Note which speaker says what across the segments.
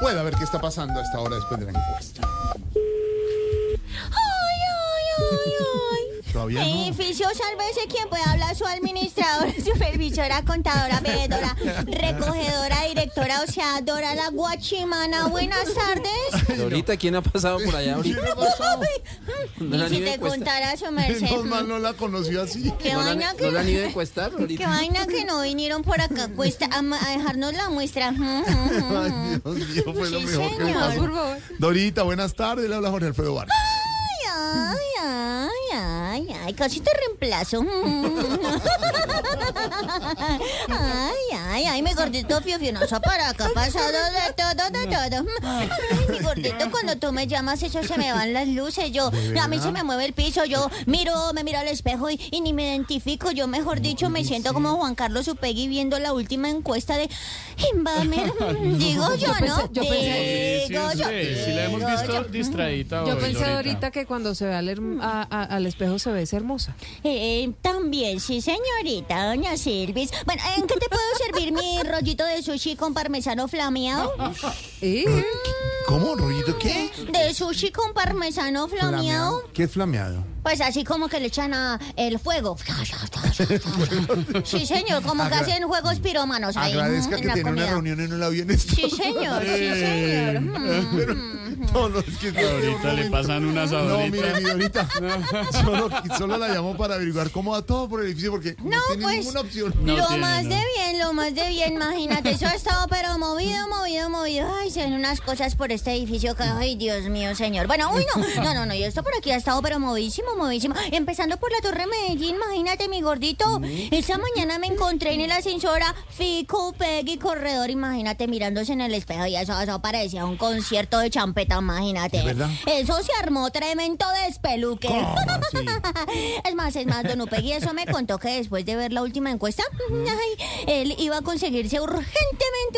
Speaker 1: pueda ver qué está pasando a esta hora después de la encuesta.
Speaker 2: Ay, ay, ay, ay.
Speaker 1: Todavía no.
Speaker 2: Edificio, sálvese quien pueda hablar su administradora, supervisora, contadora, bebedora, recogedora, directora, oseadora, la guachimana. Buenas tardes.
Speaker 3: Dorita, ¿quién ha pasado por allá ahorita?
Speaker 1: ¿Qué pasó?
Speaker 3: No la
Speaker 2: y si
Speaker 3: nieve
Speaker 2: te
Speaker 3: cuesta.
Speaker 2: contara su
Speaker 1: Menos mal
Speaker 2: merced.
Speaker 1: no la conoció así.
Speaker 2: Qué
Speaker 3: ¿No la,
Speaker 2: vaina
Speaker 3: no
Speaker 2: que.
Speaker 3: la han ido a encuestar, Dorita?
Speaker 2: Qué vaina que no vinieron por acá cuesta a, ma- a dejarnos la muestra. Mm, mm, mm.
Speaker 1: Ay, Dios mío, fue lo
Speaker 2: Sí,
Speaker 1: mejor que me
Speaker 2: señor.
Speaker 1: pasó.
Speaker 2: Por
Speaker 1: Dorita, buenas tardes. Le habla Jorge Alfredo Vargas.
Speaker 2: Ay, ay, ay, ay, casi te reemplazo. Ay, ay, ay, mi gordito fiofionoso para acá, pasado de todo, de todo. Ay, mi gordito, cuando tú me llamas, eso se me van las luces, yo, a mí se me mueve el piso, yo miro, me miro al espejo y, y ni me identifico, yo mejor dicho, me siento como Juan Carlos Upegui viendo la última encuesta de Invamer, digo yo, ¿no?
Speaker 3: yo pensé-
Speaker 4: Sí,
Speaker 2: Digo yo,
Speaker 4: usted, sí la hemos
Speaker 2: digo
Speaker 4: visto
Speaker 2: yo.
Speaker 4: distraídita
Speaker 5: Yo
Speaker 4: hoy,
Speaker 5: pensé
Speaker 4: Lorena.
Speaker 5: ahorita que cuando se ve al, herm- a- a- al espejo se ve esa hermosa.
Speaker 2: Eh, también, sí, señorita, doña Silvis. Bueno, ¿en qué te puedo servir mi rollito de sushi con parmesano flameado?
Speaker 5: ¿Y?
Speaker 1: ¿Cómo, rollito? ¿Qué?
Speaker 2: ¿De sushi con parmesano flameado?
Speaker 1: ¿Qué es flameado?
Speaker 2: Pues así como que le echan a el fuego. Sí, señor, como que
Speaker 1: Agra-
Speaker 2: hacen juegos pirómanos ahí
Speaker 1: Agradezca
Speaker 2: en
Speaker 1: que
Speaker 2: la
Speaker 1: tiene una
Speaker 2: comida.
Speaker 1: reunión Eh, y no la viene esto.
Speaker 2: Sí, señor, sí, señor. Mm.
Speaker 1: Pero- no, no, es que
Speaker 4: Ahorita le pasan una
Speaker 1: No, mire,
Speaker 4: asadorita.
Speaker 1: mi Dorita, solo, solo la llamó para averiguar cómo va todo por el edificio porque no,
Speaker 2: No,
Speaker 1: tiene
Speaker 2: pues,
Speaker 1: ninguna opción.
Speaker 4: No
Speaker 2: lo
Speaker 4: tiene,
Speaker 2: más
Speaker 4: no.
Speaker 2: de bien, lo más de bien, imagínate, eso ha estado pero movido, movido, movido. Ay, se ven unas cosas por este edificio que, ay, Dios mío, señor. Bueno, uy, no, no, no, no, y esto por aquí ha estado pero movidísimo, movidísimo. Empezando por la Torre Medellín, imagínate, mi gordito. Esta mañana me encontré en el ascensor a Fico, Peggy, Corredor, imagínate, mirándose en el espejo y eso, eso parecía un concierto de champeta, imagínate.
Speaker 1: ¿De verdad?
Speaker 2: Eso se armó tremendo despeluque. Es más, es más, don Upegui eso me contó que después de ver la última encuesta, ay, él iba a conseguirse urgentemente,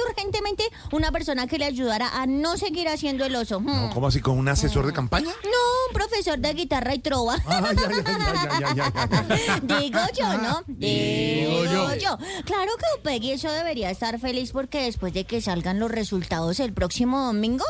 Speaker 2: urgentemente una persona que le ayudara a no seguir haciendo el oso.
Speaker 1: No,
Speaker 2: Mm.
Speaker 1: ¿Cómo así? ¿Con un asesor de campaña?
Speaker 2: No, un profesor de guitarra y trova.
Speaker 1: Ay, ay, ay, ay, ay, ay, ay, ay. Ah,
Speaker 2: Digo yo, ¿no? Digo, yo.
Speaker 4: Digo yo.
Speaker 2: Claro que Peggy eso debería estar feliz porque después de que salgan los resultados el próximo domingo,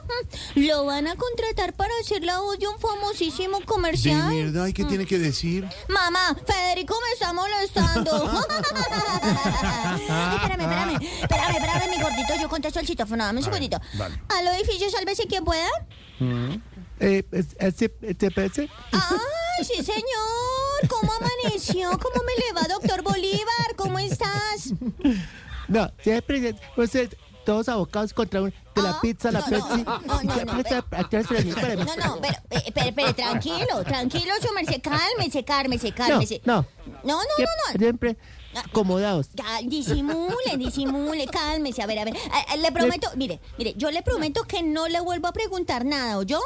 Speaker 2: mm, lo van a contratar para hacer la voz de un famosísimo
Speaker 1: De
Speaker 2: comercial.
Speaker 1: verdad, ¿y qué tiene que decir?
Speaker 2: Mamá, Federico me está molestando. Ay, espérame, espérame. Espérame, espérame, mi gordito. Yo contesto el citófono. Dame un segundito.
Speaker 1: vale.
Speaker 2: ¿Al edificio, sálvese quien pueda?
Speaker 6: Eh, es- es- ¿Te parece?
Speaker 2: ¡Ay, sí, señor! ¿Cómo amaneció? ¿Cómo me le va, doctor Bolívar? ¿Cómo estás?
Speaker 6: No, siempre ustedes todos abocados contra un, de la
Speaker 2: Ah,
Speaker 6: pizza, la
Speaker 2: no, no,
Speaker 6: Pepsi.
Speaker 2: no, no, no,
Speaker 6: Atrás, atrás, para mí, para mí.
Speaker 2: No, no, pero, eh, pero, pero tranquilo, tranquilo, su merced. Cálmese, cálmese, cálmese.
Speaker 6: no.
Speaker 2: no, no,
Speaker 6: Sie-
Speaker 2: no. no.
Speaker 6: Siempre
Speaker 2: Ah.
Speaker 6: acomodados.
Speaker 2: Ya, disimule, disimule, cálmese, a ver, a ver. a- a- Le prometo, mire, mire, yo le prometo que no le vuelvo a preguntar nada, ¿o yo?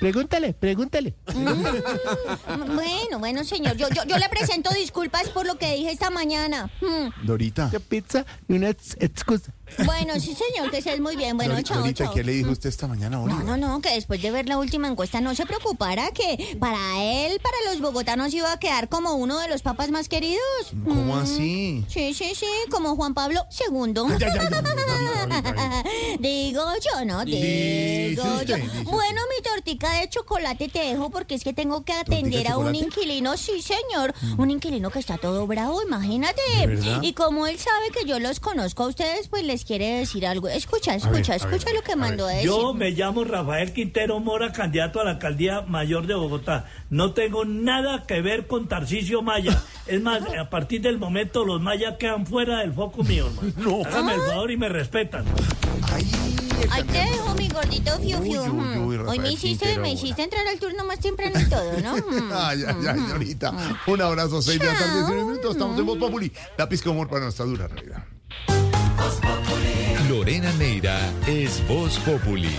Speaker 6: Pregúntale, pregúntale.
Speaker 2: Mm. Bueno, bueno, señor, yo, yo, yo le presento disculpas por lo que dije esta mañana. Mm,
Speaker 1: Dorita.
Speaker 6: Una pizza y una ex- excusa.
Speaker 2: Bueno, sí, señor, que estés muy bien. Bueno,
Speaker 1: Dori-
Speaker 2: chao,
Speaker 1: Dorita,
Speaker 2: chao.
Speaker 1: ¿qué le dijo usted esta mañana,
Speaker 2: No,
Speaker 1: Bolívar?
Speaker 2: no, no, que después de ver la última encuesta no se preocupara que para él, para los bogotanos iba a quedar como uno de los papas más queridos. Mm.
Speaker 1: ¿Cómo así?
Speaker 2: Sí, sí, sí, como Juan Pablo II.
Speaker 1: Ya, ya, ya, Dorita, Dorita.
Speaker 2: Digo yo, ¿no?
Speaker 1: Dice
Speaker 2: Digo
Speaker 1: usted,
Speaker 2: yo.
Speaker 1: dice usted.
Speaker 2: Bueno, mi tortica de chocolate te dejo porque es que tengo que atender
Speaker 1: de
Speaker 2: a un
Speaker 1: chocolate? Mm.
Speaker 2: inquilino, sí, señor. Un inquilino que está todo bravo, imagínate.
Speaker 1: ¿De verdad?
Speaker 2: Y como él sabe que yo los conozco a ustedes, pues les quiere decir algo. Escucha,
Speaker 1: ver,
Speaker 2: escucha,
Speaker 1: a
Speaker 2: escucha
Speaker 1: ver,
Speaker 2: lo que
Speaker 1: a
Speaker 2: mandó a decir.
Speaker 7: Yo me llamo Rafael Quintero Mora, candidato a la alcaldía mayor de Bogotá. No tengo nada que ver con Tarcisio Maya. Es más, a partir del momento los mayas quedan fuera del foco mío, hermano. Hágame el favor y me respetan.
Speaker 1: Ay,
Speaker 2: Ahí te dejo, mi gordito fiu
Speaker 1: Uy,
Speaker 2: fiu.
Speaker 1: uy,
Speaker 2: Mm.
Speaker 1: uy,
Speaker 2: Hoy
Speaker 1: Rafael
Speaker 2: me hiciste,
Speaker 1: Quintero,
Speaker 2: me
Speaker 1: ahora.
Speaker 2: hiciste entrar al turno más temprano y todo, ¿no? Mm.
Speaker 1: ay, ay, ay, Dorita. Un abrazo, seis de la tarde,
Speaker 2: Chao.
Speaker 1: 19 minutos. Estamos en Voz Populi. Lápiz con humor para nuestra dura realidad.
Speaker 8: Lorena Neira es Voz Populi.